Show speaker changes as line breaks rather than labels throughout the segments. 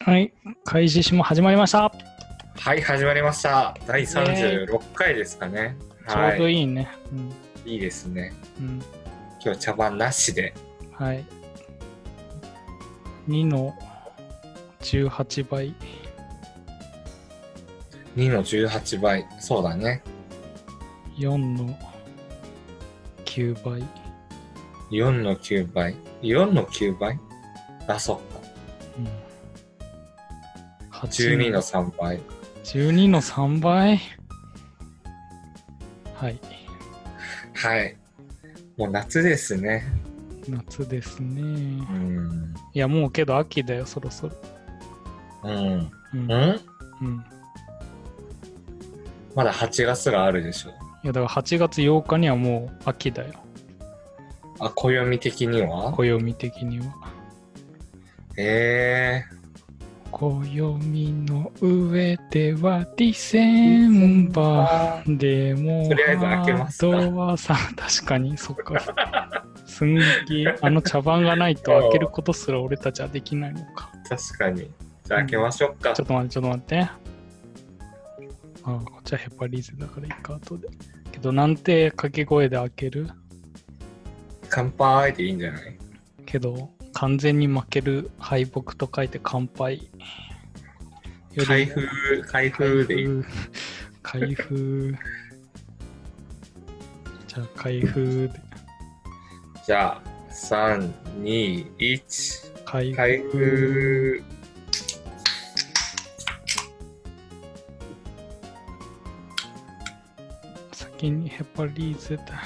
はい、開示しも始まりました。
はい、始まりました。第36回ですかね。
ちょうど
い
いいね。うん、
いいですね。
うん、
今日は茶番なしで。
はい。2の18倍。
2の18倍。そうだね。
4の9倍。
4の9倍。4の9倍あ、そっか。
うん、8
12の3倍。
12の3倍はい。
はい。もう夏ですね。
夏です
う
ね。
ん。
いや、もうけど秋だよ、そろそろ。
うん。
うん。うん。い
んまだ8月があるでしょ。
や、だから8月8日にはもう秋だよ。
あ、暦的には
暦的には。
え
暦の上ではディセンバ
ー。
ーでも
とりあえず開けますか
ハートはさ確かにそっか寸劇あの茶番がないと開けることすら俺たちはできないのか
確かに。じゃあ開けましょうか。
ちょっと待ってちょっと待ってあこっちはヘパリーゼだからいいか後でけどなんて掛け声で開ける
乾杯でいいんじゃない
けど完全に負ける敗北と書いて乾杯よりも
開封、開封でいい。
開封じゃあ開封で
じゃあ、3、2、1、
開封
開封。
先にヘパリーゼだ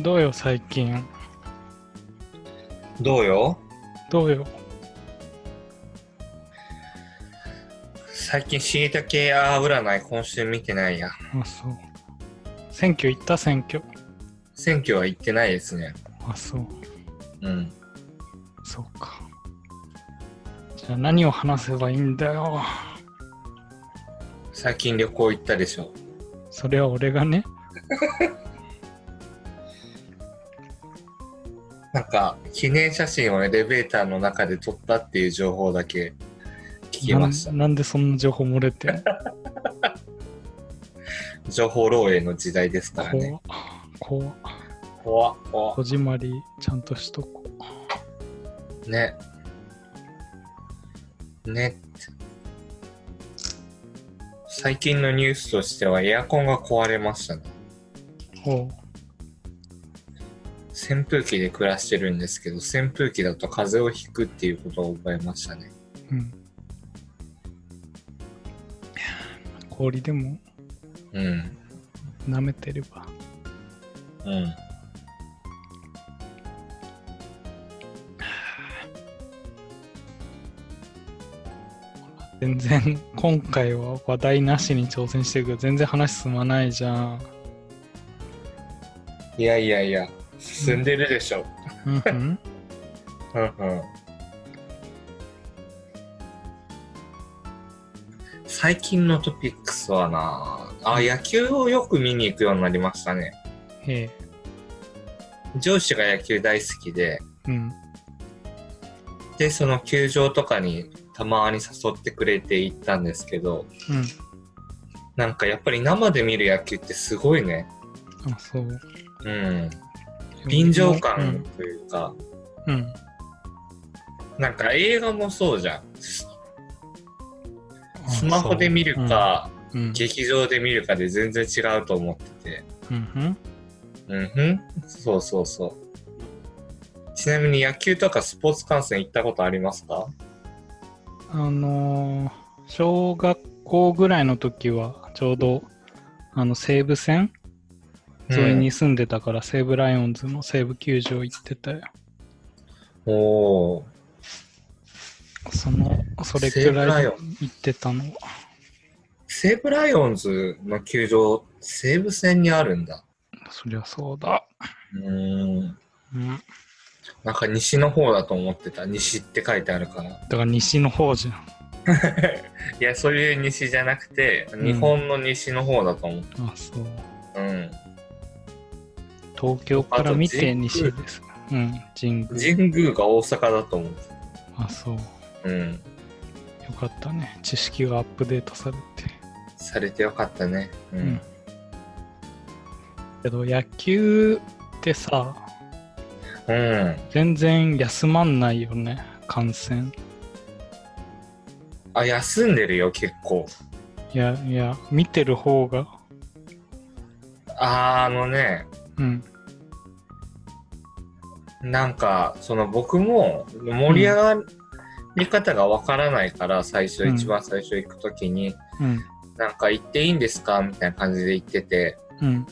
どうよ最近
どうよ
どうよ
最近、しいたけや占い、今週見てないや。
あそう選挙行った選挙
選挙は行ってないですね。
あそう
うん。
そうかじゃあ何を話せばいいんだよ
最近旅行行ったでしょ。
それは俺がね
なんか、記念写真をエレベーターの中で撮ったっていう情報だけ聞きました
な。んなんでそんな情報漏れてんの
情報漏洩の時代ですからね。
怖っ怖っ
怖っ怖
こじまりちゃんとしとこう
っね。ねって。最近のニュースとしては、エアコンが壊れましたね。
おう
扇風機で暮らしてるんですけど扇風機だと風邪をひくっていうことを覚えましたね
うん氷でも
うん
舐めてれば
うん
全然 今回は話題なしに挑戦してるけど全然話進まないじゃん、
いやいやいや進んでるでしょ
うんうん、
うんうん最近のトピックスはなあ野球をよく見に行くようになりましたね
ええ
上司が野球大好きで
うん
でその球場とかにたまに誘ってくれて行ったんですけどなんかやっぱり生で見る野球ってすごいね
うんあそう
うん臨場感というか、
うん、うん
なんか映画もそうじゃん。ス
あ
マホで見るか、
そううん
劇場で見るかで全然違うと思ってて。
うんうん
うんふん。そうそうそう。ちなみに野球とかスポーツ観戦行ったことありますか
あのー小学校ぐらいの時はちょうどあの西武線沿いに住んでたから、西武ライオンズの西武球場行ってたよ
うんおー。
そのそれ
西
く
武ラ
らい
イオ
行
ン
ってたのは
西武ライオンズの球場、西武線にあるんだ。
そりゃそうだ
うーん。
うん
なんか西の方だと思ってた。西って書いてあるから。
だから西の方じゃん
いや、そういう西じゃなくて、
ん
日本の西の方だと思って
あそう
た。うん。
東京から見て西です。うん、神宮。
神宮が大阪だと思う。
あ、そう。よ
うん。
かったね。知識がアップデートされて。
されてよかったね。う
うん
ん。
けど、野球ってさ、
うん。
全然休まんないよね、感染。
あ、休んでるよ、結構。
いやいや、見てる方が。
あーあのね、
うん。
なんか、その僕も盛り上がり方がわからないから、最初、
うん
一番最初行くときに、
うん。
なんか行っていいんですかみたいな感じで行ってて、
うん。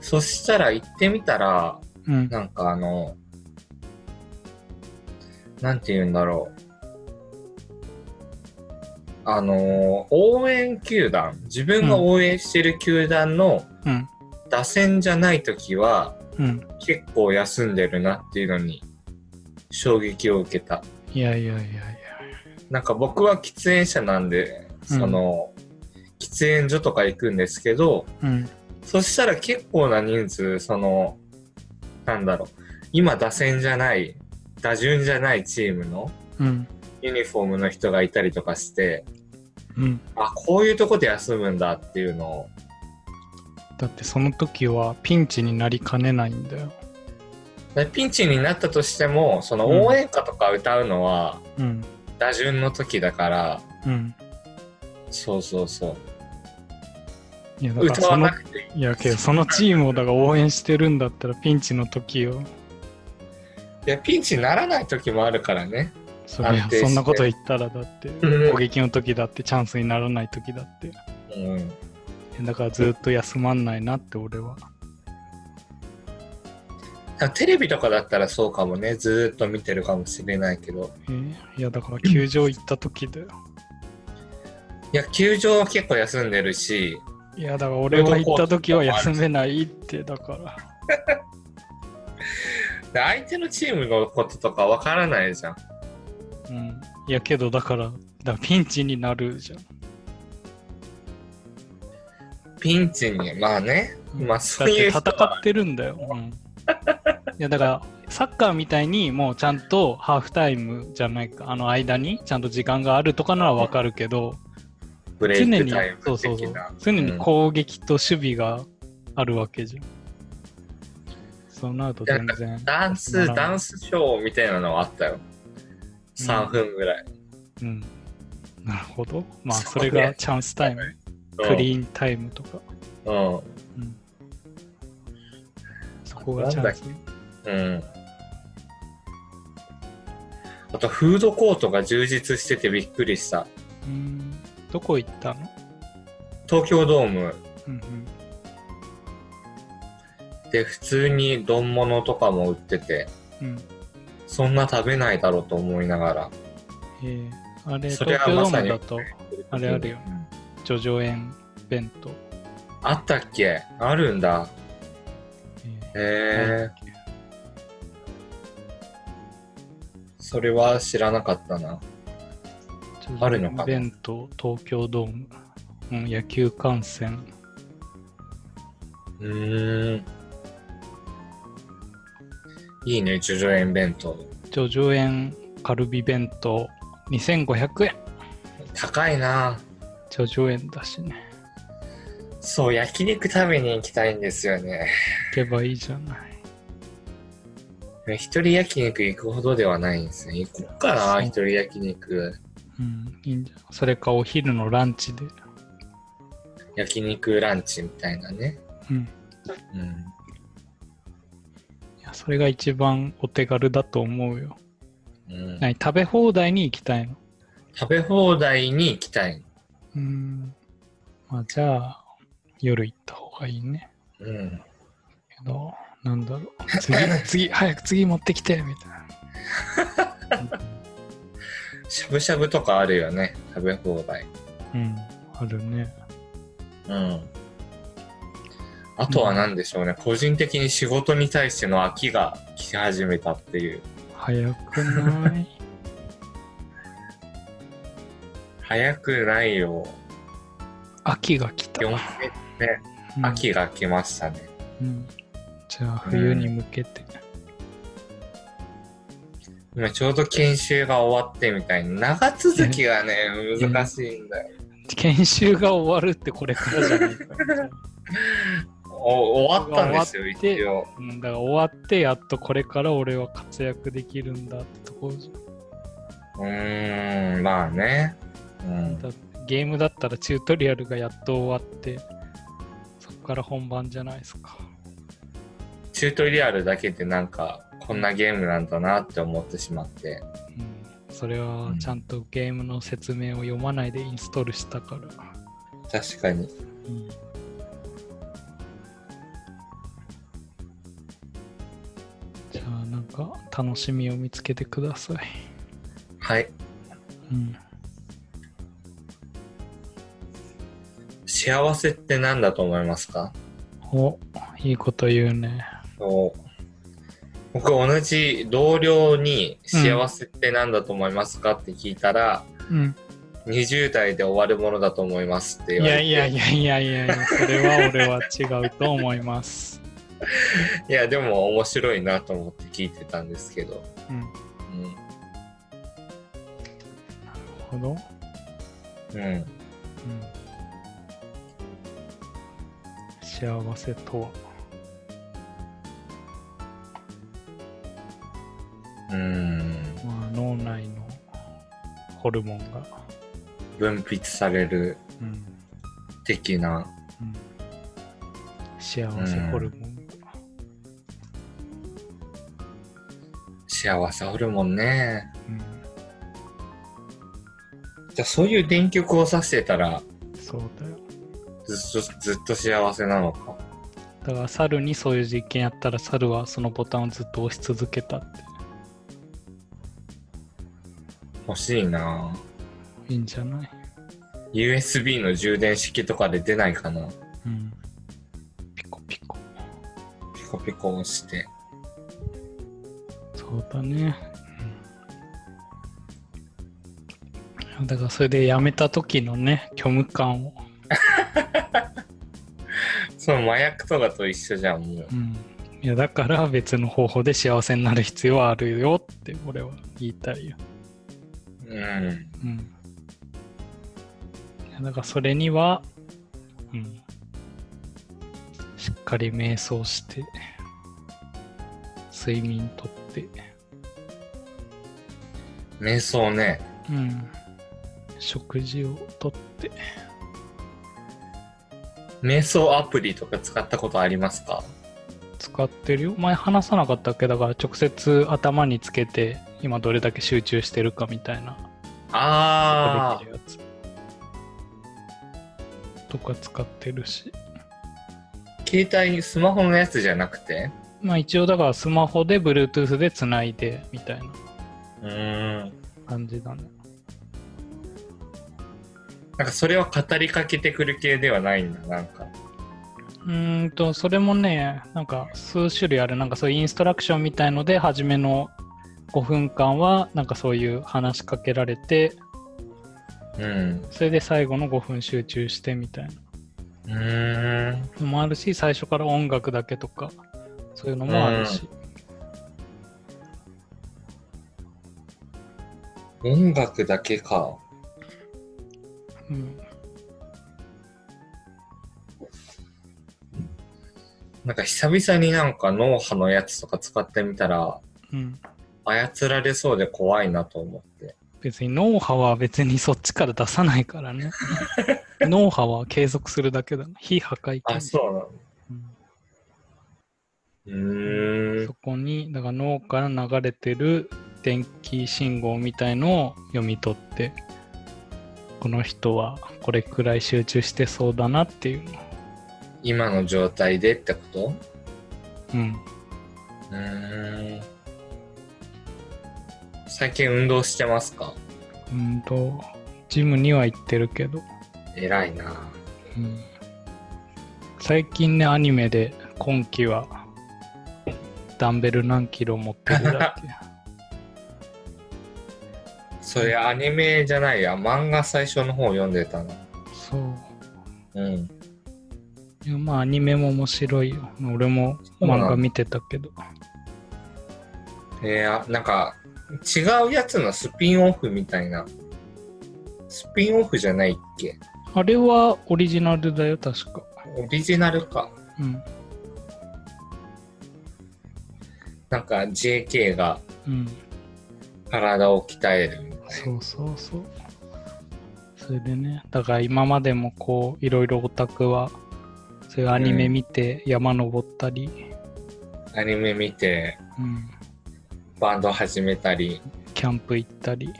そしたら行ってみたら、
うん。
なんかあの、なんて言うんだろう。あの、応援球団、自分が応援してる球団の
うん。
打線じゃないときは、
うん。
結構休んでるなっていうのに衝撃を受けた。
いやいやいやいや。
なんか僕は喫煙者なんで、
うん
その、喫煙所とか行くんですけど、
うん。
そしたら結構な人数、その、なんだろう、今打線じゃない、打順じゃないチームの
うん。
ユニフォームの人がいたりとかして、
うん。
あ、こういうとこで休むんだっていうのを、
だってその時はピンチになりかねないんだよ。
でピンチになったとしても、その応援歌とか歌うのは、
うん。
打順の時だから、
うん。
そうそうそ
いや、だか
う。
ら
歌
そ
わ
の
な、くていい。
いやけどそのチームをだから応援してるんだったらピンチの時を、
いや、ピンチにならない時もあるからね。
そりゃ
安定して
そんなこと言ったらだって、
うん
攻撃の時だって、チャンスにならない時だって。
うん。
だからずっと休まんないなって俺は。
あテレビとかだったらそうかもね、ずーっと見てるかもしれないけど、
えーいやだから球場行った時だよ。
いや、球場は結構休んでるし、
いやだから俺は行った時は休めないってだから。
で相手のチームのこととかわからないじゃん。
うん。いやけどだから、だからピンチになるじゃん。
ピンチに、まあね、まあ
だ
そ
っ
うい
て
う
戦
人は、
ってるんだよ。うん、いやだからサッカーみたいにもうちゃんとハーフタイムじゃないかあの間にちゃんと時間があるとかならわかるけど
ブレ
常
イク
に
タイム的な。
そうそうそう常に攻撃と守備があるわけじゃん。そうなると全然
ん、。ダン
な
ス、
らない
ダンスショーみたいなのあったよ。3分ぐらい。
うん、なるほど。まあ
そ
そう
ね
れがチャンスタイム、
うん
クリーンタイムとか。
うん。
うん、そこがチャンス。
うん。あと、フードコートが充実しててびっくりした。
うんどこ行ったの、
東京ドーム
うんうん
で普通に丼物とかも売ってて、
うん
そんな食べないだろうと思いながら。
えーあれ、
そ
東
れ
京
は
ドー
まさ
ム
に
だと、あれあるよ
うん
叙々苑弁当。
あったっけあるんだ。
え
へえ。それは知らなかったな。
ー
あるのかな
叙々苑弁当、東京ドーム、うん、野球観戦。
うーん。いいね、叙々苑弁当。
叙々苑カルビ弁当、2500円。
高いな。
叙々苑だしね。
そう、焼肉食べに行きたいんですよね。
行けばいいじゃない。
一人焼肉行くほどではないんですね。行こっか
そ
な、
う
一人焼肉。
うん、いいんじゃん。それかお昼のランチで。
焼肉ランチみたいなね。
うん。
うん。
いや、それが一番お手軽だと思うよ。
うん
何食べ放題に行きたいの
食べ放題に行きたい。
うん。まあ、じゃあ、夜行った方がいいね。
うん。
けど、なんだろう。次、次、早く次持ってきて、みたいな。
しゃぶしゃぶとかあるよね。食べ放題。
うん、あるね。
うん。あとは何でしょうね。個人的に仕事に対しての飽きが来始めたっていう。
早くない
早くないよ。
秋が来た。
4年
うん
秋が来ましたね。
うんじゃあ冬に向けて。
今ちょうど研修が終わってみたいな。長続きがね、難しいんだよ。
研修が終わるってこれからじゃないか。
お終わったんですよ、
終わって
一応。
うんだから終わってやっとこれから俺は活躍できるんだってとこじゃ
うーん、まあね。うん
ん。だってゲームだったらチュートリアルがやっと終わってそこから本番じゃないですか。
チュートリアルだけでなんか、こんなゲームなんだなって思ってしまって。
うんそれはちゃんとゲームの説明を読まないでインストールしたから。
確かに。
うんじゃあなんか楽しみを見つけてください。
はい。
うん、
幸せって何だと思いますか
おいいこと言うね。
そう僕同じ同僚に幸せって何だと思いますかって聞いたら、
うん、
20代で終わるものだと思いますっ
い
て言われ
や
て
いやいやいやいやいや、それは俺は違うと思います。
いやでも面白いなと思って聞いてたんですけど、
うん、なるほど。
うんうん、
うん、幸せとは。
うん
まあ、脳内のホルモンが、
分泌される
うん
的な
うん、幸せホルモンが、
幸せホルモンね
うん
じゃあそういう電極を刺してたら
そうだよ
ずっとずっと幸せなのか
だから猿にそういう実験やったら猿はそのボタンをずっと押し続けたって
欲しいない
いんじゃない、
USB の充電式とかで出ないかな
うん、ピコピコ
ピコピコ押して
そうだね、うん、だからそれでやめた時のね虚無感を、
その麻薬とかと一緒じゃんもう
うん、いやだから別の方法で幸せになる必要はあるよって俺は言いたいよ
うん
うん。いやだからそれには、うん。しっかり瞑想して、睡眠とって、
瞑想ね
うん。食事をとって、
瞑想アプリとか使ったことありますか
使ってるよ。前話さなかったっけだから直接頭につけて、今どれだけ集中してるかみたいな、
あ
できるやつ。とか使ってるし。
あ携帯にスマホのやつじゃなくて
まあ一応だからスマホで Bluetooth でつないでみたいな
うーん
感じだね。
なんかそれを語りかけてくる系ではないんだなんか
うーんと、それもね、なんか数種類ある、なんかそういうインストラクションみたいので、初めの5分間は、なんかそういう話しかけられて、
うん
それで最後の5分集中してみたいな
うーん
のもあるし、最初から音楽だけとか、そういうのもあるし、
音楽だけか
うん、
なんか久々になんか脳波のやつとか使ってみたら
うん。
操られそうで怖いなと思って
別に脳波は別にそっちから出さないから ね。脳波は継続するだけだね。非破壊
あ
系。
そうなの
うん
うーん
そこにだから脳から流れてる電気信号みたいのを読み取ってこの人はこれくらい集中してそうだなっていうの
今の状態でってこと
うん
うーん最近運動してますか
うんとジムには行ってるけど、
偉いな
うん、最近ねアニメで今季はダンベル何キロ持ってるだっけ
それアニメじゃないや漫画最初の方読んでたな
そう
うん
いやまあアニメも面白いよ。俺も漫画見てたけど。
いや、なんか、違うやつのスピンオフみたいな。スピンオフじゃないっけ
あれはオリジナルだよ、確か。
オリジナルか。
うん。
なんか JK が
うん。
体を鍛えるみたい
そうそうそう。それでね、だから今までもこう、いろいろオタクは、そういうアニメ見て山登ったり、
な。アニメ見て、
うん、
バンド始めたり。
キャンプ行ったり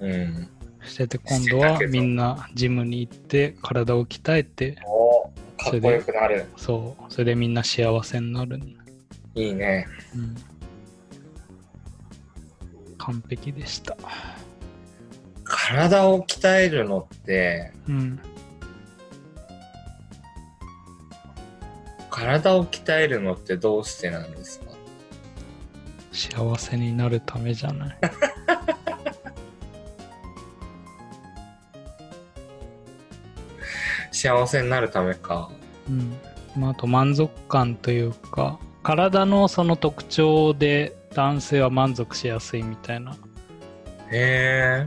うん。
してて、今度は
してたけど
みんなジムに行って体を鍛えて、
おかっこよくなる。
そう、それでみんな幸せになる、ね。
いいね。
うん。完璧でした。
体を鍛えるのって、
うん。
体を鍛えるのってどうしてなんですか
幸せになるためじゃない。
幸せになるためか。
うんまあ、あと満足感というか体のその特徴で男性は満足しやすいみたいな
へえ。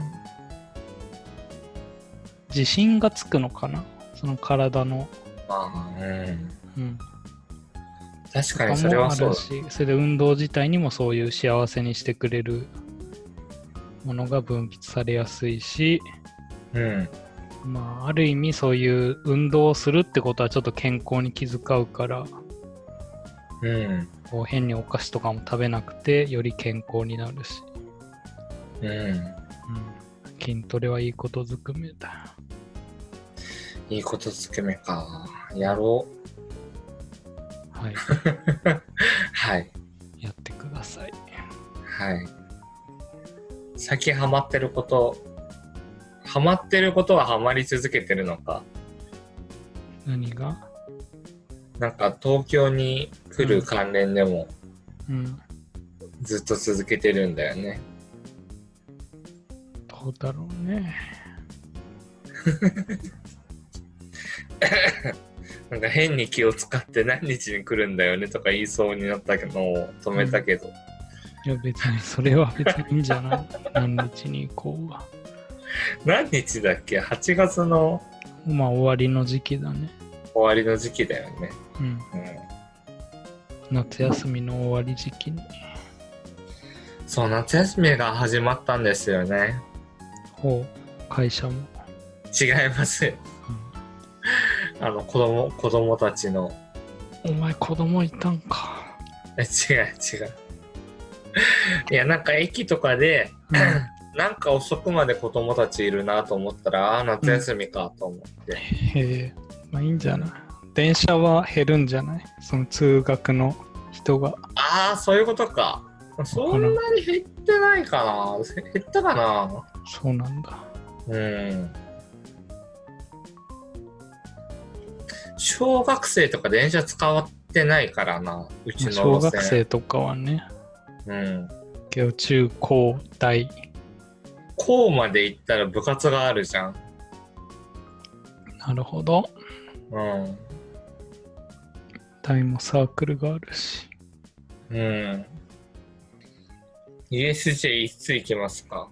自信がつくのかなその体の、
まあ、うん。
うん、
確か
と
に
か
それ
も
は
あ
そう
る
だ。
しそれで運動自体にもそういう幸せにしてくれるものが分泌されやすいし、
うん。
まあ、ある意味そういう運動をするってことはちょっと健康に気遣うから
うん。
こう変にお菓子とかも食べなくてより健康になるし。
うん。
うん、筋トレはいいことずくめだ。
いいことつけめか。やろう。
はい、
はい。
やってください。
はい。最近ハマってること、ハマってることはハマり続けてるのか。
何が
なんか東京に来る関連でも
うん、
ずっと続けてるんだよね。
どうだろうね。
なんか変に気を使って何日に来るんだよねとか言いそうになったのを止めたけど。
いや、別にそれは別にいいんじゃない何日に行こうは。
何日だっけ ?8 月の
まあ、終わりの時期だね。
終わりの時期だよね。
うん、
う
夏休みの終わり時期に。
ん。そう、夏休みが始まったんですよね。
ほう、会社も。
違います。あの、子供、子供たちの
うん、お前、子供いたんか。
え違う違う。 いや、なんか駅とかで、
うん、
なんか遅くまで子供たちいるなと思ったら、ああ、夏休みかと思って。
へえ、まあいいんじゃない電車は減るんじゃないその通学の人が。
ああ、そういうことか。そんなに減ってないかな。減ったかな。
そうなんだ。
うん。小学生とか電車使ってないからな、うち
まあ
の路線。
小学生とかはね。
うん。
けど中高大
こうまで行ったら部活があるじゃん。
なるほど
うん。
大もサークルがあるし
うん。USJ いつ行きますか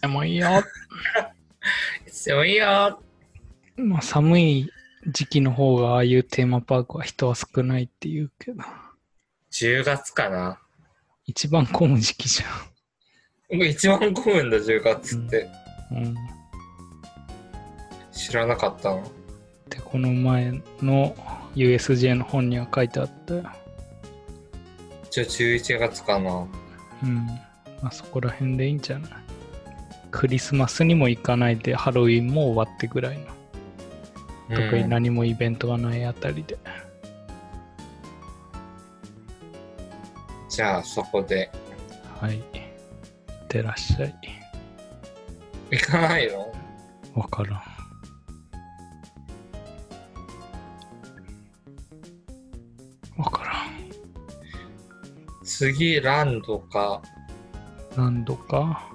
でもいいよ、
いつでもいいよ
まあ、寒い時期の方がああいうテーマパークは人は少ないって言うけど
!10 月かな
一番混む時期じ
僕一番混むんだ、10月って。
ゃん、うん、
知らなかったの。
でこの前の USJ の本には書いてあったよ、
じゃあ11月かな
うんまあ、そこら辺でいいんじゃないクリスマスにも行かないでハロウィンも終わってぐらいの、特に
うん
何もイベントがないあたりで
じゃあそこで。
はいいってらっしゃい
行かないの
わからんわからん
次、ランドか。
何度か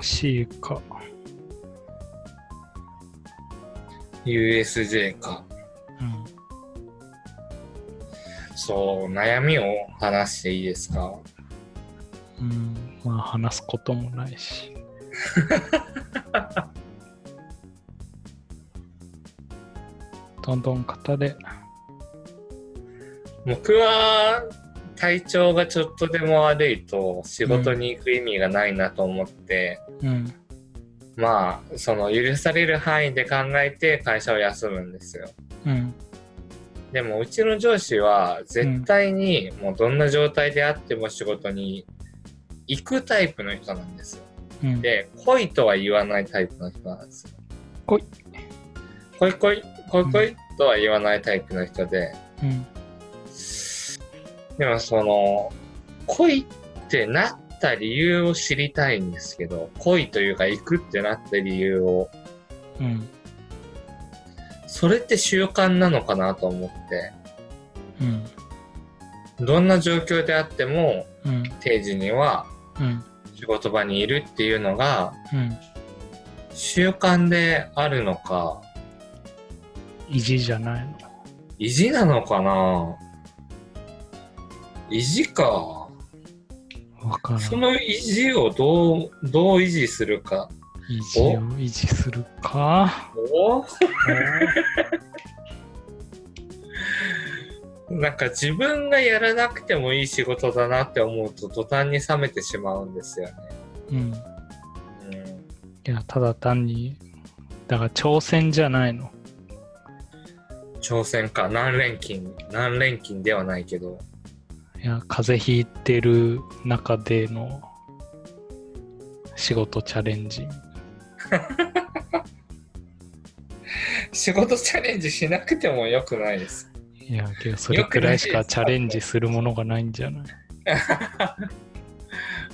C か
USJ か。
うん
そう、悩みを話していいですか
うん、まあ話すこともない し。どんどん型で。
僕は体調がちょっとでも悪いと仕事に行く意味がないなと思って、
うん。
まあその許される範囲で考えて会社を休むんですよ
うん。
でもうちの上司は絶対にもうどんな状態であっても仕事に行くタイプの人なんですよ
うん。
で恋とは言わないタイプの人なんですよ
来い
恋恋恋恋とは言わないタイプの人で、
うん。
でもその、恋ってなった理由を知りたいんですけど、恋というか行くってなった理由を、
うん。
それって習慣なのかなと思って、
うん。
どんな状況であっても
うん。
定時には
うん。
仕事場にいるっていうのが
うん。
習慣であるのか、
意地じゃないの。
意地なのかな意地か。
わから
そ
ん。
の意地をどう、どう維持するか。
意地を維持するか。
お なんか自分がやらなくてもいい仕事だなって思うと途端に冷めてしまうんですよね。
うん。いや、ただ単に、だから挑戦じゃないの。
うん、挑戦か何連勤何連勤ではないけど
いや、風邪ひいてる中での仕事チャレンジ。
仕事チャレンジしなくてもよくないです。
いや、けどそれくらいしかチャレンジするものがないんじゃない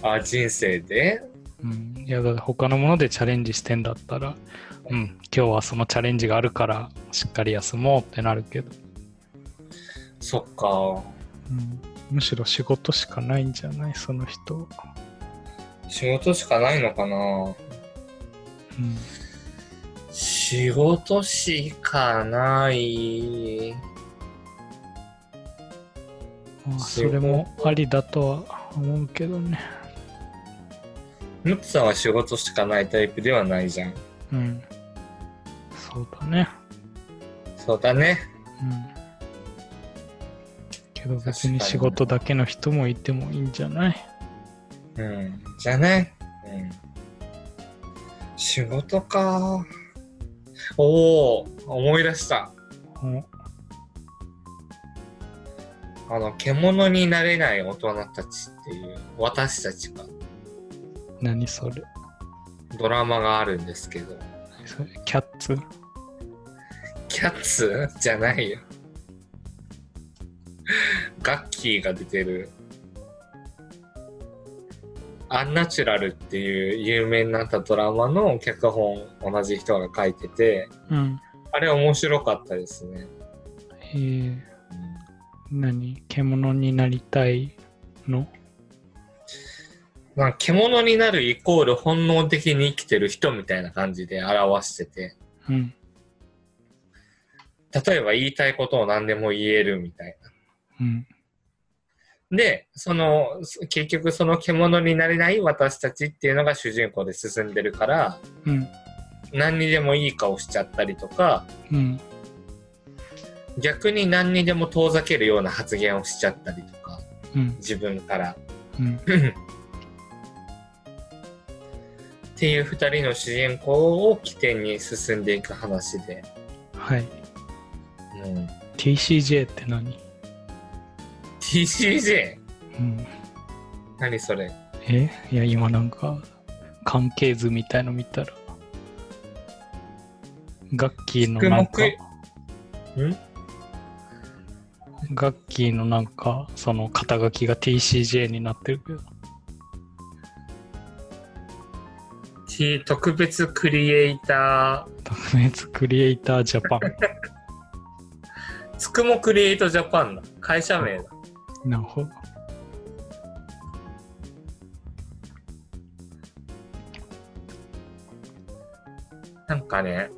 あ人生で
うん。いや、だから他のものでチャレンジしてんだったら、うん、今日はそのチャレンジがあるから、しっかり休もうってなるけど、
そっか
うん、むしろ仕事しかないんじゃないその人。
仕事しかないのかな
うん。
仕事しかない。
まあ、それもありだとは思うけどね。
ムッツさんは仕事しかないタイプではないじゃん。
うん。そうだね。
そうだね。
うん。けど
確か
別
に
に仕事だけの人もいてもいいんじゃない
うん、じゃね。うん。仕事か。おお、思い出した。
お
あの、獣になれない大人たちっていう、私たちが
何それ
ドラマがあるんですけど、
それキャッツ
キャッツ じゃないよ。ガッキーが出てる、アンナチュラルっていう有名になったドラマの脚本、同じ人が書いてて、
うん。
あれ面白かったですね。
えー、何獣になりたいの
まあ、獣になるイコール本能的に生きてる人みたいな感じで表してて、
うん。
例えば言いたいことを何でも言えるみたい
うん。
な。で、その、そ結局その獣になれない私たちっていうのが主人公で進んでるから、
うん。
何にでもいい顔しちゃったりとか、
うん。
逆に何にでも遠ざけるような発言をしちゃったりとか、
うん。
自分から。
うん。
っていう二人の主人公を起点に進んでいく話で。
はい。
うん、
TCJ って何
TCJ?
うん。
何それ
えいや、今なんか、関係図みたいの見たら、ガッキーのなんか、
ん
ガッキーのなんか、その肩書きが TCJ になってるけど、
T 特別クリエイタ
特別クリエイタージャパン。
ーつくもクリエイトジャパンだ会社名だ
なるほど。
なんかね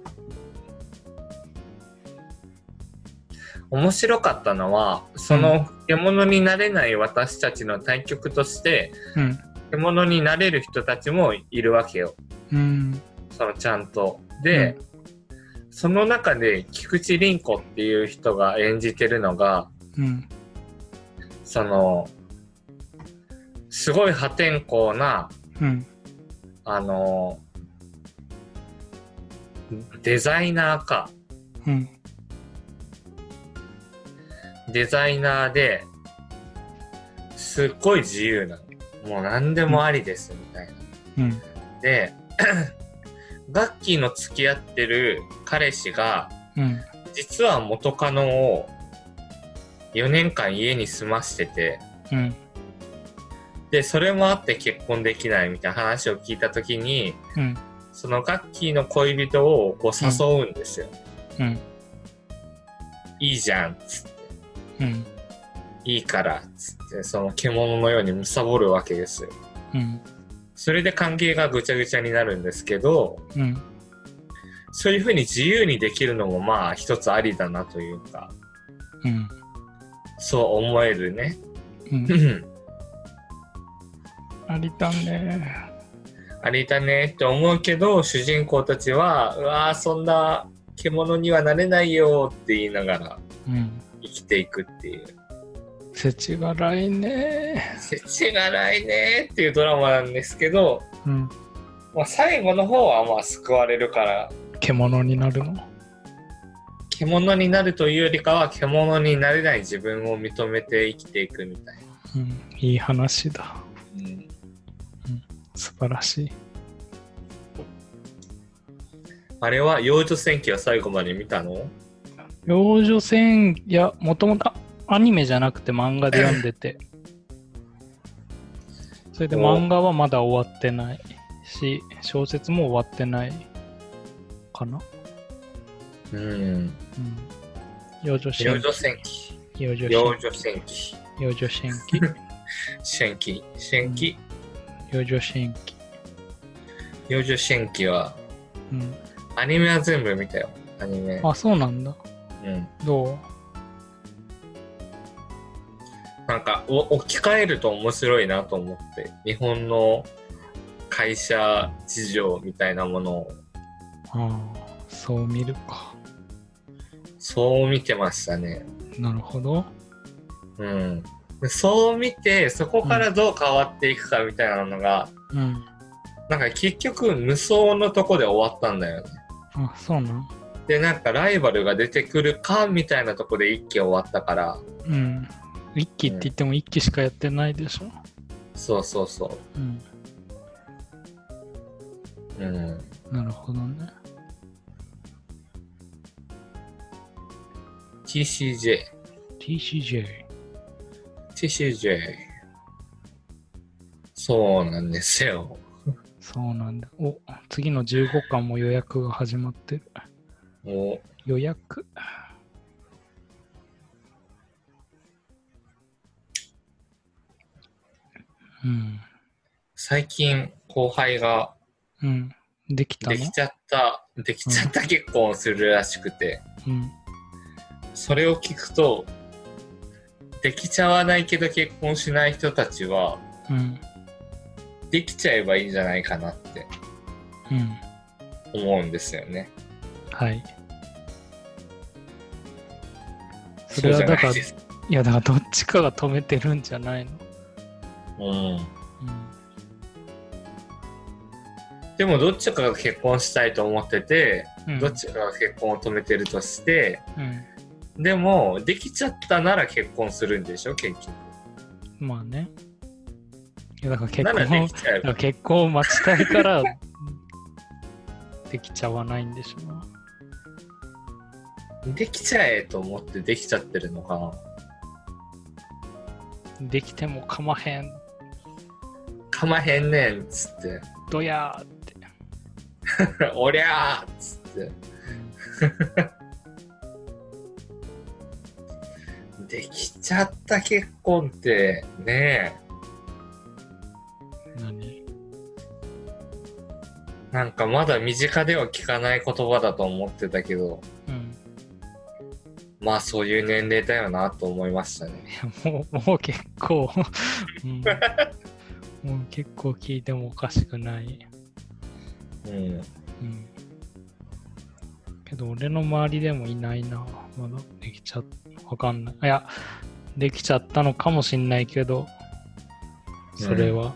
面白かったのはその獣になれない私たちの対局として
うん。
獣になれる人たちもいるわけよ
うん。
そのちゃんと。で、その中で菊池凛子っていう人が演じてるのが
うん。
そのすごい破天荒な
うん。
あのデザイナーか
うん。
デザイナーですっごい自由なのもう何でもありですみたいな。
うん。
で ガッキーの付き合ってる彼氏が
うん。
実は元カノを4年間家に住ましてて
うん。
でそれもあって結婚できないみたいな話を聞いた時に
うん。
そのガッキーの恋人をこう誘うんですよ。
うん。
いいじゃんつって
うん。
いいからつってその獣のように貪るわけですよ。
うん。
それで関係がぐちゃぐちゃになるんですけど
うん。
そういうふうに自由にできるのもまあ一つありだなというか
うん。
そう思えるね。
うん。ありたね。
ありだねって思うけど主人公たちはうわーそんな獣にはなれないよって言いながら
うん。
生きていくっていう
せちがらいね。
世知がないねっていうドラマなんですけど、
うん。
まあ、最後の方はまあ救われるから
獣になるの。
獣になるというよりかは獣になれない自分を認めて生きていくみたいな、
うん。いい話だ。
うん
素晴らしい。
あれは幼女戦記は最後まで見たの
幼女戦、いや、もともとアニメじゃなくて漫画で読んでて。それで漫画はまだ終わってないし、小説も終わってないかな。
うん
うん、幼女戦
幼女戦記
幼女
幼
戦
女戦記
幼女戦記
戦記戦記
幼女戦記。
幼女戦記は
うん、
アニメは全部見たよ。アニメ。
あ、そうなんだ。
うん。
ど
なんか、お置き換えると面白いなと思って。日本の会社事情みたいなものを、
うああ、そう見るか。
そう見てましたね。
なるほど。
うん。でそう見て、そこからどう変わっていくかみたいなのが、
うん。
なんか結局無双のとこで終わったんだよね。
あ、そうなん。
で、なんかライバルが出てくるかみたいなとこで一気終わったから、
うん。一期って言っても一期しかやってないでしょ。
そうそうそ
うん。
う。うん。
なるほどね。
TCJ。
TCJ。
TCJ。そうなんですよ。
そうなんだ。お、次の15巻も予約が始まってる。
も
予約。うん。
う最近後輩が
うん。できたの
できちゃった、できちゃった結婚をするらしくて、
うん。
それを聞くと、できちゃわないけど結婚しない人たちは、
うん。
できちゃえばいいんじゃないかなって
うん。
思うんですよね。
はい。そ
そ
れ
う
は
じゃ
だ
な
から、
い
い
です。
やだからどっちかが止めてるんじゃないの。
うん。
うん。
でもどっちかが結婚したいと思ってて、
うん、
どっちかが結婚を止めてるとして、
うん。
でも、できちゃったなら結婚するんでしょ、結局。
まあね。いやだから
な
結
ら
婚
できちゃ
だか
え
ら
ば。
結婚を待ちたいから できちゃわないんでしょうな
できちゃえと思ってできちゃってるのかな。
できてもかまへん
かまへんねんっつって。
どやーって、
おりゃーっつって。 できちゃった結婚ってね
うん何
え、なんかまだ身近では聞かない言葉だと思ってたけど、
うん
まあそういう年齢だよなと思いましたね。
もう、 もう結構、 うん、もう結構聞いてもおかしくない。
うん。
うん。けど、俺の周りでもいないな。まだできちゃっ、わかんない。いや、できちゃったのかもしんないけど、それは、うん、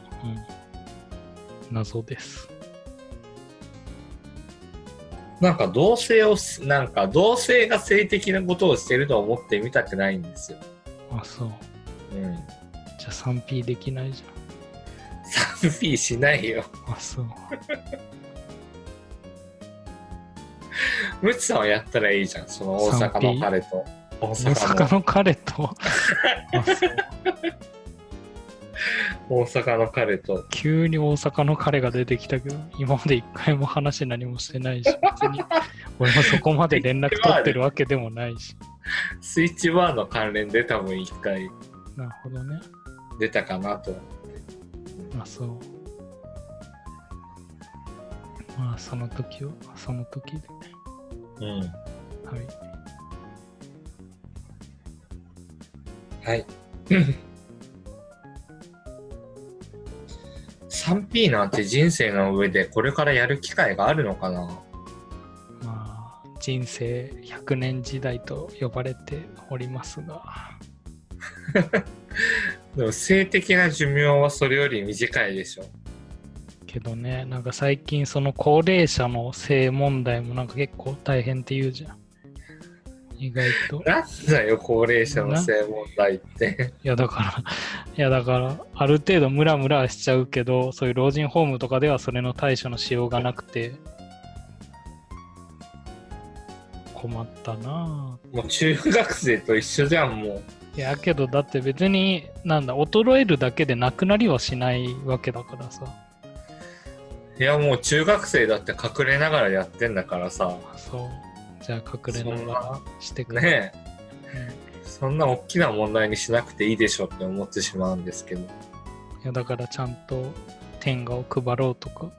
謎です。
なんか同性をす、なんか同性が性的なことをしてるとは思ってみたくないんですよ。
あ、そう。
うん。
じゃあ 3P できないじゃ
3P しない
ん。
よ。
あ、そう。
ムチさんはやったらいいじゃん。その大阪の彼と。大
大阪の彼と、あそう
大阪の彼と。
急に大阪の彼が出てきたけど、今まで一回も話何もしてないし、別に俺もそこまで連絡取ってるわけでもないし。
スイッチバーの関連で多分一回
なるほどね。
出たかなと。
まあそう。まあその時を、その時で。
うん。
はい。
はい。3P なんて人生の上でこれからやる機会があるのかな
まあ人生100年時代と呼ばれておりますが、
でも性的な寿命はそれより短いでしょ。
けどね、なんか最近その高齢者の性問題もなんか結構大変って言うじゃん。意外と。
なんだよ、高齢者の性問題って。
いやだから、 いやだから、ある程度ムラムラはしちゃうけど、そういう老人ホームとかではそれの対処のしようがなくて、困ったな
もう中学生と一緒じゃん、もう。
ぁ。いやけど、だって別に、なんだ、衰えるだけでなくなりはしないわけだからさ。
いや、もう中学生だって隠れながらやってんだからさ。
そう。じゃあ隠れながらしてくれ。
ねえ。そんな大きな問題にしなくていいでしょって思ってしまうんですけど。
いやだからちゃんと天下を配ろうとか。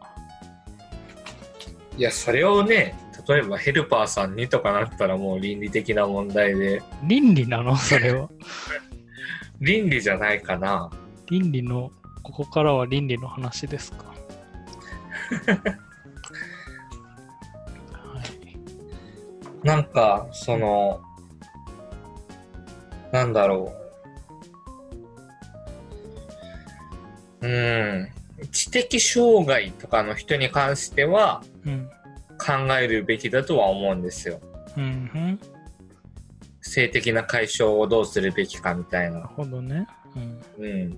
いや、それをね、例えばヘルパーさんにとかなったらもう倫理的な問題で、
倫理なのそれは。
倫理じゃないかな。
倫理の、ここからは倫理の話ですか。はい。
なんか、その、なんだろう。うん。知的障害とかの人に関しては
うん。
考えるべきだとは思うんですよ。
うん、うん。
性的な解消をどうするべきかみたい
なる
な。
ほどね。うん。
うん。い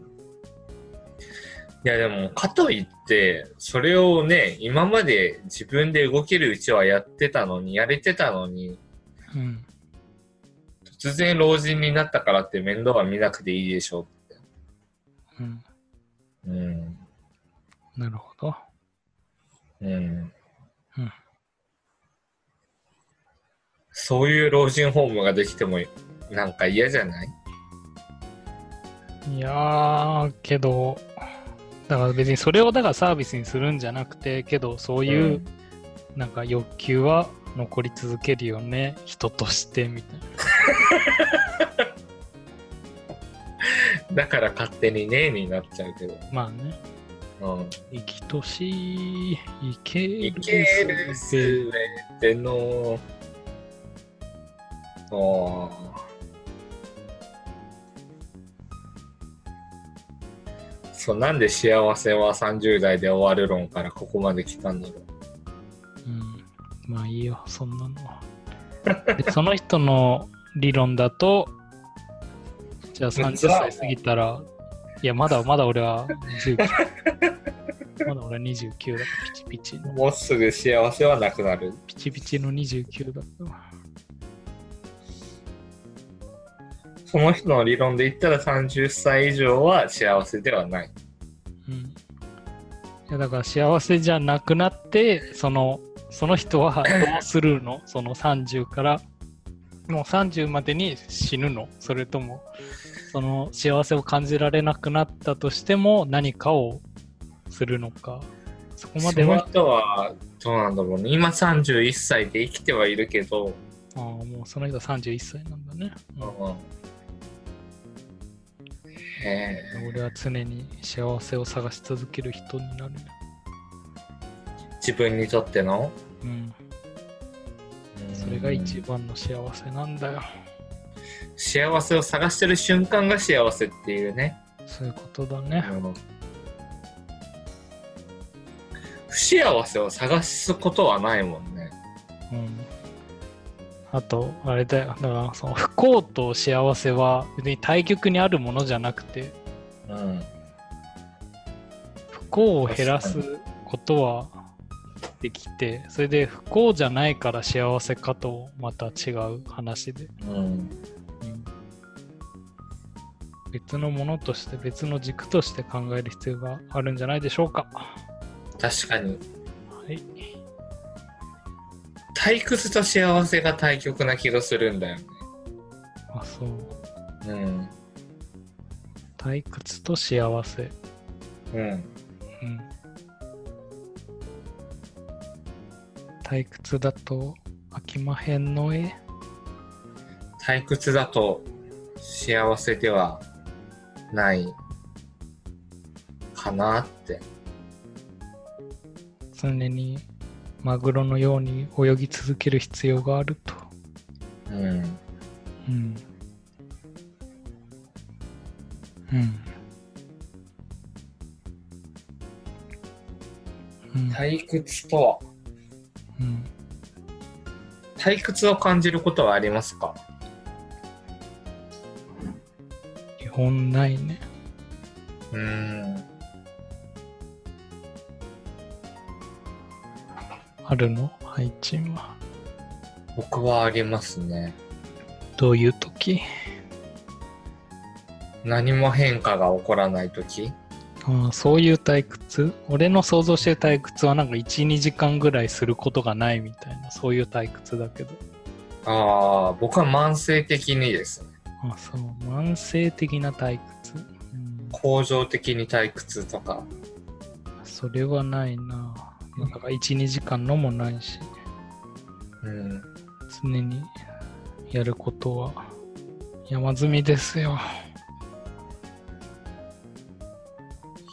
やでも、かといって、それをね、今まで自分で動けるうちはやってたのに、やれてたのに、
うん。
突然老人になったからって面倒は見なくていいでしょって。
うん。
うん。
なるほど。
うん
うん
そういう老人ホームができてもなんか嫌じゃない
いやー、けど、だから別にそれをだからサービスにするんじゃなくて、けどそういう、
うん
なんか欲求は残り続けるよね、人としてみたいな。
だから勝手にねになっちゃうけ
まあね、
ど、うん、
生きとし、生ける。
いけるすべてのおーそうなんで幸せは30代で終わる論からここまで来たんだろう
うん、まあいいよ、そんなのは。でその人の理論だと、じゃあ30歳過ぎたら、いや、まだまだ俺は19。まだ俺は29だから、ピチピチの、
もうすぐ幸せはなくなる
ピチピチの29だったわ。
その人の理論で言ったら30歳以上は幸せではない。
うん。いや、だから幸せじゃなくなって、その、その人はどうするのその30から、もう30までに死ぬのそれとも、その幸せを感じられなくなったとしても何かをするのか。そこま
そ
で
の
は、
人はどうなんだろうね。今31歳で生きてはいるけど、
ああ、もうその人は31歳なんだね。うん
うんへえ
俺は常に幸せを探し続ける人になる。
自分にとっての
うん。それが一番の幸せなんだよ。
うん幸せを探してる瞬間が幸せっていうね、
そういうことだね。
うん不幸せを探すことはないもんね
うん。あと、あれだよ。だから、その不幸と幸せは別に対極にあるものじゃなくて、
うん
不幸を減らすことはできて、それで不幸じゃないから幸せかとまた違う話で。
うん
別のものとして別の軸として考える必要があるんじゃないでしょうか。
確かに
はい。
退屈と幸せが対極な気がするんだよね
あ、そう。
うん
退屈と幸せ。
うん
うん。退屈だと飽きまへんのえ。
退屈だと幸せではないかなって
常にマグロのように泳ぎ続ける必要があると。
うん
うん。うん。うん
退屈とは
うん
退屈を感じることはありますか
基本ないね。
うん
あるの配置は。
僕はありますね
どういう時
何も変化が起こらない時
ああそういう退屈俺の想像してる退屈はなんか1、2時間ぐらいすることがないみたいな、そういう退屈だけど。
ああ僕は慢性的にですね
あそう、慢性的な退屈。うん、
恒常的に退屈とか
それはないな。なんか1、2時間のもないし、
うん
常にやることは山積みですよ。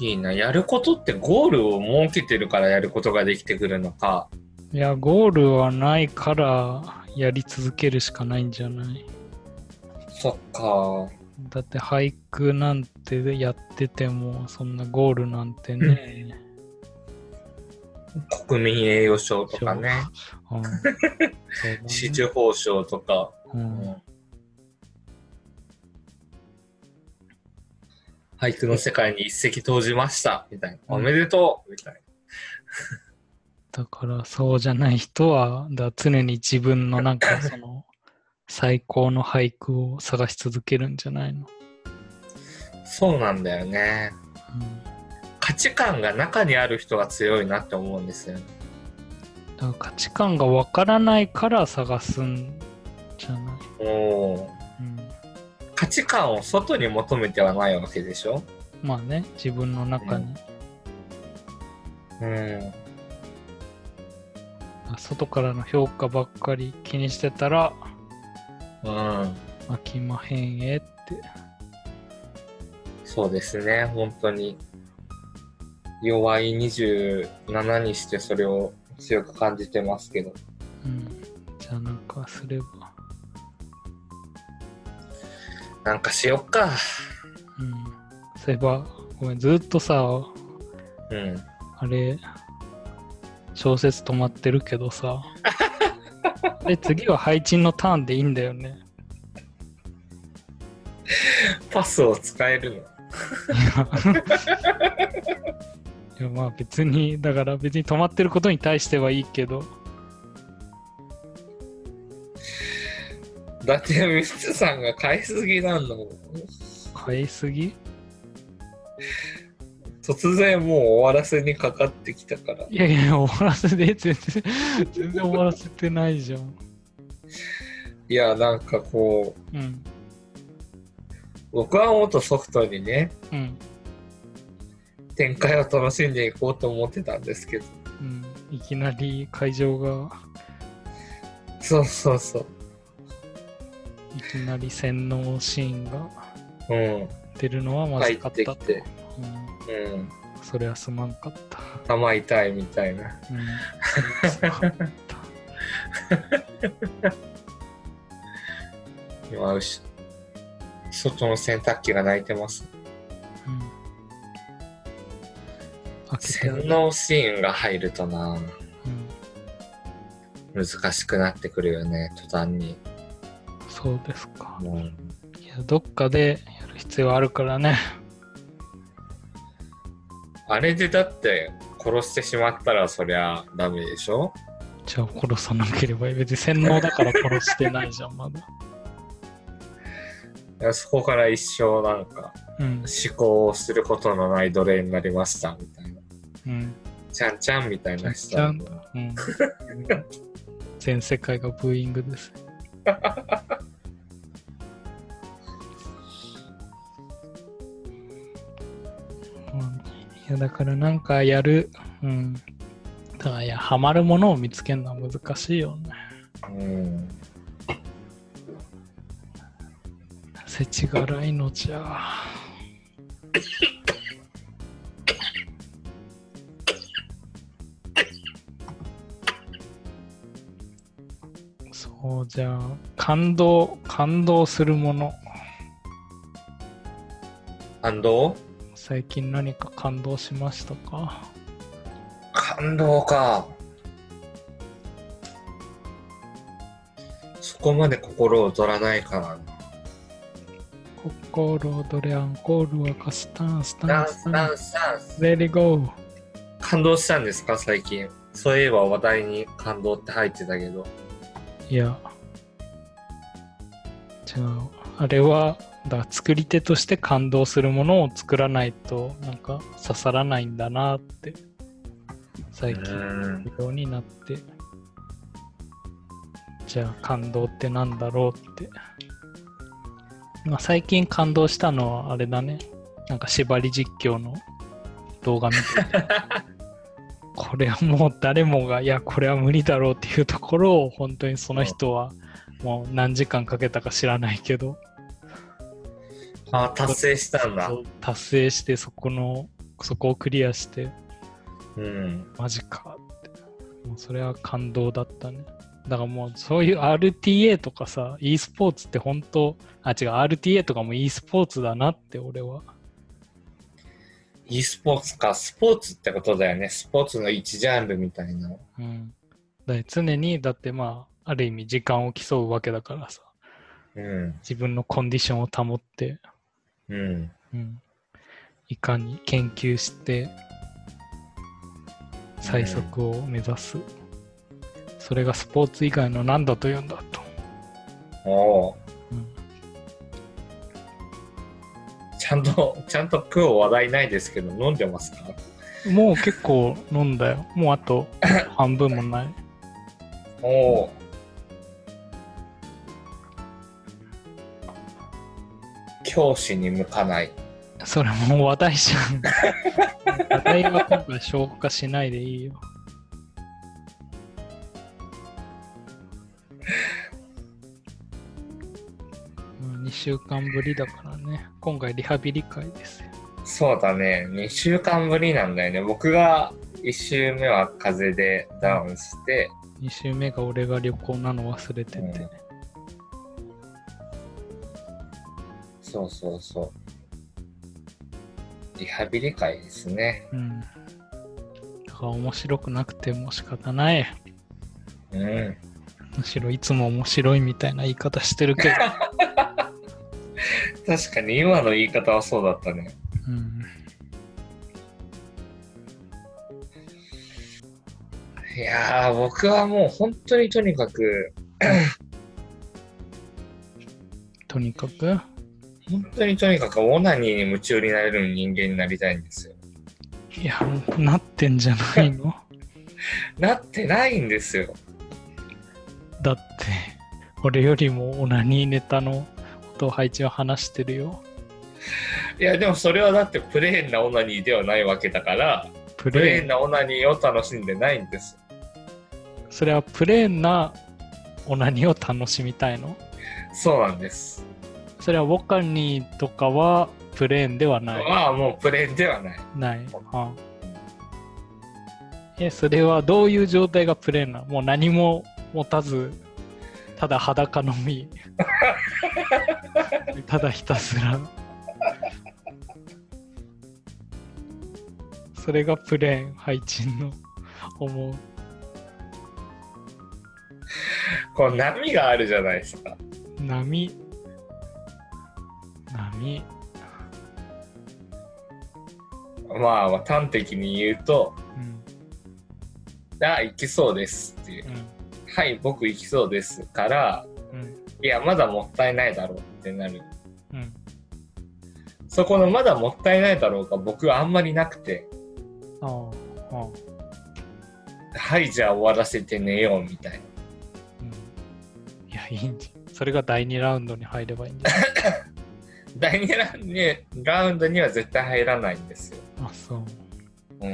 いいなやることってゴールを設けてるからやることができてくるのか
いや、ゴールはないからやり続けるしかないんじゃない
そっか
だって俳句なんてやっててもそんなゴールなんてね、
国民栄誉賞とかね
うん、
紫綬褒章とか、
う
うんん俳句の世界に一石投じましたみたいな、
うん
おめでとうみたい
だからそうじゃない人はだ常に自分のなんかそ の最高の俳句を探し続けるんじゃないの、
なそうなんだよね
うん、
価値観が中にある人が強いなって思うんですよね
だから価値観がわからないから探すんじゃない、
おー
うん、
価値観を外に求めてはないわけでしょ
まあね自分の中に、
うん
外からの評価ばっかり気にしてたら
うん
飽きまへんえって
そうですね本当に弱い27にしてそれを強く感じてますけど
うんじゃあなんかすれば、
なんかしよっか
うん、そういえばごめんずっとさ
うん
あれ小説止まってるけど さあれ次は配置のターンでいいんだよ ね
パスを使えるの
いやまあ別にだから別に止まってることに対してはいいけど
伊達ミスさんが買いすぎなんだもん
買いすぎ
突然もう終わらせにかかってきたから
いやいや終わらせて全然全然終わらせてないじゃん
いやなんかこう
うん
僕はもっとソフトにね
うん
展開を楽しんでいこうと思ってたんですけど
うんいきなり会場が
そうそうそう
いきなり洗脳シーンが
うん。
出るのはま
入
ず
っ
かってた
き
と。
て。
うん
うん。
それはすまんかった。
頭痛いみたいな。
うんそれはすまんかった
今、うし外の洗濯機が泣いてます。
うん開けてあ
洗
る
脳シーンが入るとな、
うん
難しくなってくるよね、途端に。
そうですか。
うん。
いや、どっかでやる必要あるからね。
あれでだって、殺してしまったらそりゃダメでしょ
じゃあ殺さなければいい。別に洗脳だから殺してないじゃん、まだ。
いやそこから一生なんか、
うん。
思考をすることのない奴隷になりました、みたいな。
うん。
ちゃんちゃんみたいな人
ちゃんと。うん。全世界がブーイングです。うんいやだからなんかやる、うん、だからいやハマるものを見つけるのは難しいよね。
うん。
せちがらいのじゃ。そうじゃあ感動感動するもの
感動
最近何か感動しましたか
感動か。そこまで心躍らないかな。
心躍れアンコールはカスタンスタ
ダ
ン
ン
ス
ス
タ
ダ
ン
ンスダンス。
レディゴー
感動したんですか最近。そういえば話題に感動って入ってたけど。
いやじゃああれはだ作り手として感動するものを作らないとなんか刺さらないんだなって最近
うん
思うようになってじゃあ感動ってなんだろうって、まあ、最近感動したのはあれだねなんか縛り実況の動画見ててこれはもう誰もがいやこれは無理だろうっていうところを本当にその人はもう何時間かけたか知らないけど
あ、達成したんだ
そ。う達成してそこのそこをクリアして
うん。
マジかってもうそれは感動だったねだからもうそういう RTA とかさ e スポーツって本当あ違う RTA とかも e スポーツだなって俺は
e スポーツか。スポーツってことだよね。スポーツの一ジャンルみたいな。
うんだから常にだってまあある意味時間を競うわけだからさ
うん。
自分のコンディションを保って、
うん。
うん、いかに研究して最速を目指す、それがスポーツ以外の何だと言うんだと、
おう
うん
ちゃんと、ちゃんと今日話題ないですけど、飲んでますか
もう結構飲んだよ。もうあと半分もない。
おお。教師に向かない。
それもう話題じゃん。話題は今回消化しないでいいよ。2週間ぶりだからね。今回リハビリ会ですよ。
そうだね。2週間ぶりなんだよね。僕が1週目は風邪でダウンして、
2週目が俺が旅行なの忘れてて。
うんそうそうそう。リハビリ会ですね。
うん。だから面白くなくても仕方ない。
うん。
むしろいつも面白いみたいな言い方してる けど。
確かに今の言い方はそうだったね。
うん
いやー、僕はもう本当にとにかく、
とにかく
本当にとにかくオナニーに夢中になれる人間になりたいんですよ。
いやなってんじゃない の
なってないんですよ。
だって俺よりもオナニーネタのことを配置は話してるよ
いや、でもそれはだってプレーンなオナニーではないわけだから、
プ
プレ
レー
ーン
ン
なオナニーを楽しんでないんです。
それはプレーンなオナニーを楽しみたいの
そうなんです。
それはウォカニーとかはプレーンではない。
まあもうプレーンではない。
ない。あえ、それはどういう状態がプレーンなのもう何も持たず、ただ裸の身。ただひたすら。それがプレーン、配置の思う。
こう波があるじゃないですか。
波波
まあまあ端的に言うと、
うん
あ、行きそうですっていう。はい、僕行きそうですから、
うんうん
いや、まだもったいないだろうってなる。
うん
そこのまだもったいないだろうが僕はあんまりなくて、
ああああ
はい、じゃあ終わらせて寝ようみたい
うんいやいいんじゃんそれが第2ラウンドに入ればいいんじゃない
な。第2ラウンドにラウンドには絶対入らないんですよ。
あそう
うん。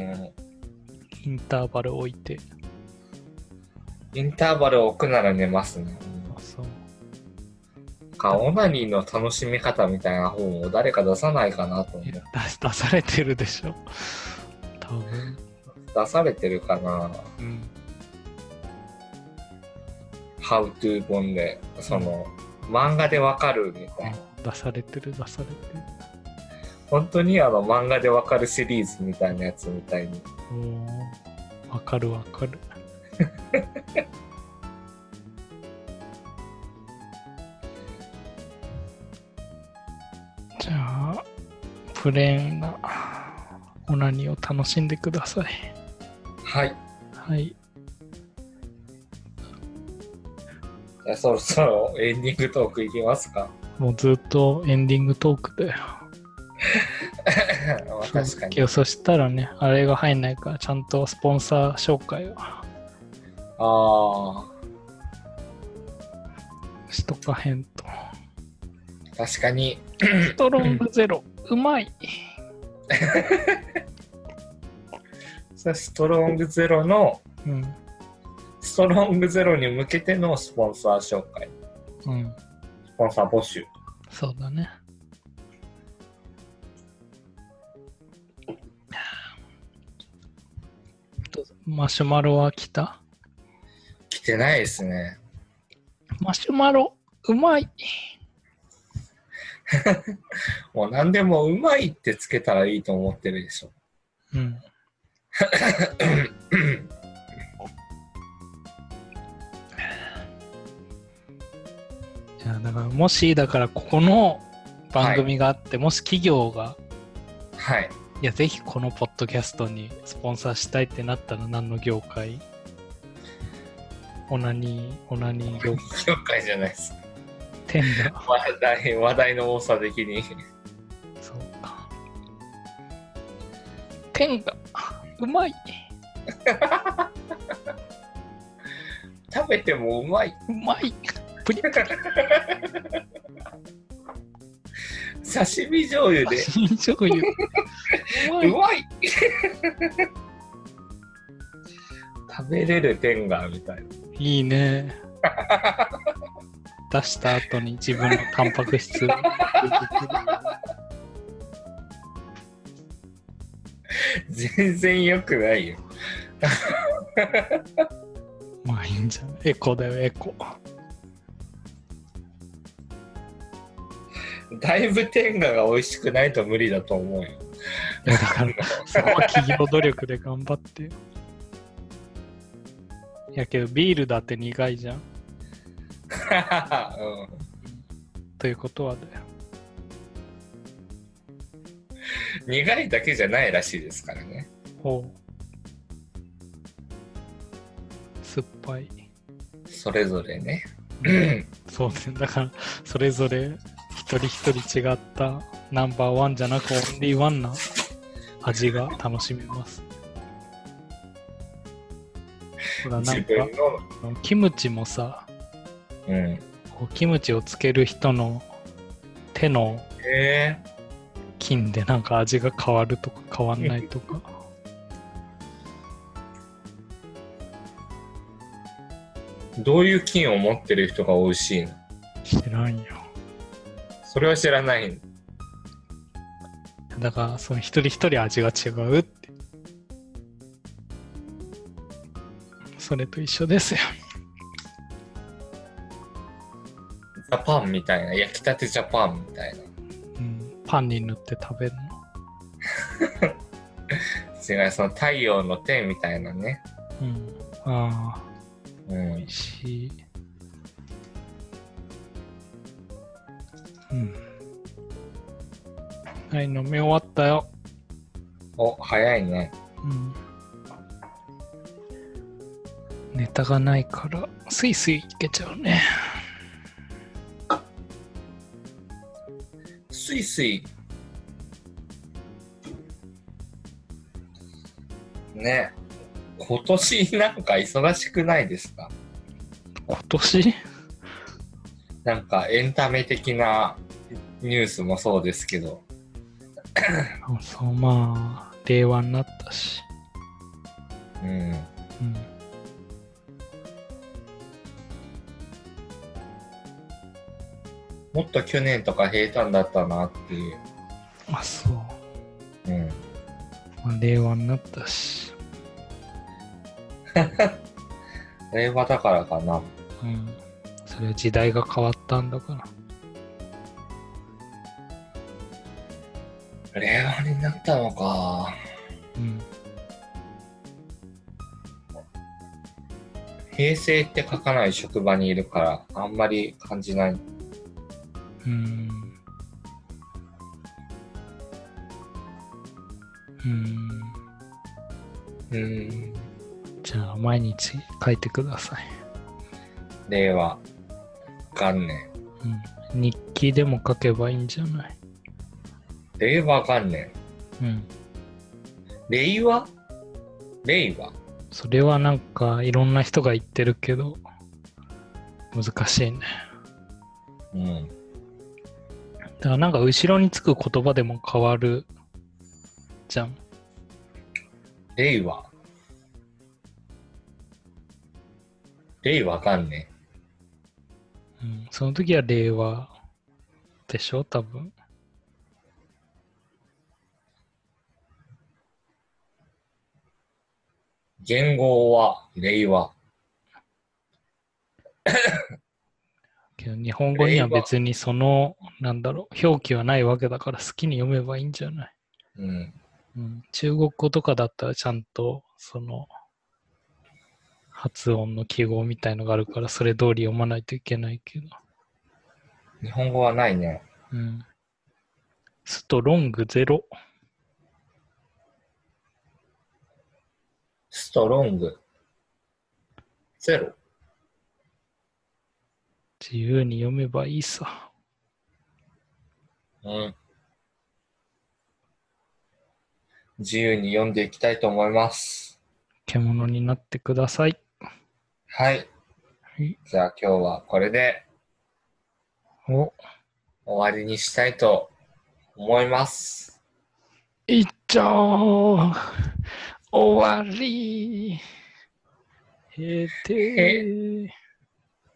インターバル置いて
インターバルを置くなら寝ますね。
あそう
なんか、オナニーの楽しみ方みたいな本を誰か出さないかなと思
いや
う。
出出されてるでしょ多分
出されてるかな
うん
?How to 本で。その、漫画でわかるみたいな。
出されてる出されてる
本当にあの漫画でわかるシリーズみたいなやつみたいに
おーわかるわかる。じゃあ、プレーンなオナニーを楽しんでください。
はい
はい。
じゃあそろそろエンディングトークいきます か
もうずっとエンディングトークだよ。
まあ確かに
今日そしたらね、あれが入んないから、ちゃんとスポンサー紹介を
あ
しとかへんと。
ー確かに
ストロングゼロ、うまい。
それストロングゼロの
うん。
ストロングゼロに向けてのスポンサー紹介
うん。
スポンサー募集
そうだね。どうぞマシュマロは来た
来てないですね
マシュマロうまい
もう何でもうまいってつけたらいいと思ってるでしょ
うん。いやだからもしだからここの番組があって、もし企業が
はい
いやぜひこのポッドキャストにスポンサーしたいってなったら何の業界オナニーオナニー業界
紹介じゃないです
テンダー
話題話題の多さ的に
そうか。剣がうまい。
食べてもうまいう
まい。プリプリ
刺身醤油で
新醤油。 うま
う
い。
まい食べれる天がみたいない
いね。出した後に自分のタンパク 質。
全然良くないよ
まあいいんじゃないエコだよ、エコ。
だいぶ天がが美味しくないと無理だと思うよ
いやだから、そこは企業努力で頑張ってよ。いやけど、ビールだって苦いじゃん。ということはだよ。
うん、苦いだけじゃないらしいですからね
ほう。酸っぱ い。
それぞれねうん
そうですね。だから、それぞれ一人一人違ったナンバーワンじゃなくオンリーワンな味が楽しめます。ほら、な
自
ん
分
か、
の、
キムチもさ、
うん、
こうキムチをつける人の手の
え
菌でなんか味が変わるとか変わんないとか。
ー、どういう菌を持ってる人が美味しいの
知らんよ。
それは知らない。
だから、その一人一人味が違うって。それと一緒ですよ。
ジャパンみたいな。焼きたてジャパンみたい
うん、パンに塗って食べるの。
な。違う、その太陽の手みたいなね。
うん。あ
う
あ、美
ん。
味しい。うん。はい、飲み終わったよ。
お、早いね。
うん。ネタがないから、スイスイいけちゃうね。
スイスイ。ね今年なんか忙しくないですか
今年
なんかエンタメ的なニュースもそうですけど、
あそう、まあ、令和になったし。
うん。
うん。
もっと去年とか平坦だったなっていう。
あ、そう。
うん。
まあ、令和になったし。
令和だからかな。
うん。それは時代が変わったんだから。
令和になったのか。
うん。
平成って書かない職場にいるから、あんまり感じない。
うん。うん。
うん。
じゃあ、毎日書いてください。
令和元年。
うん。日記でも書けばいいんじゃない
令和元年。
うん。
令和令和
それはなんか、いろんな人が言ってるけど、難しいね。
うん。
だからなんか後ろにつく言葉でも変わるじゃん。
令和。令和元年。
うん、その時は令和でしょ多分。
元号は令和。
けど日本語には別にその、なんだろう、表記はないわけだから好きに読めばいいんじゃない、
うん。
うん、中国語とかだったらちゃんとその発音の記号みたいのがあるからそれ通り読まないといけないけど。
日本語はないね。
うん。ストロングゼロ。
ストロング。ゼロ。
自由に読めばいいさ。
うん。自由に読んでいきたいと思います。
獣になってください。
はい。
い
じゃあ今日はこれで
お、
終わりにしたいと思います。
一丁終わりへて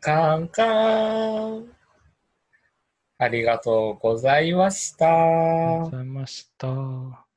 カンカン。ありがとうございました。
ありがとうございました。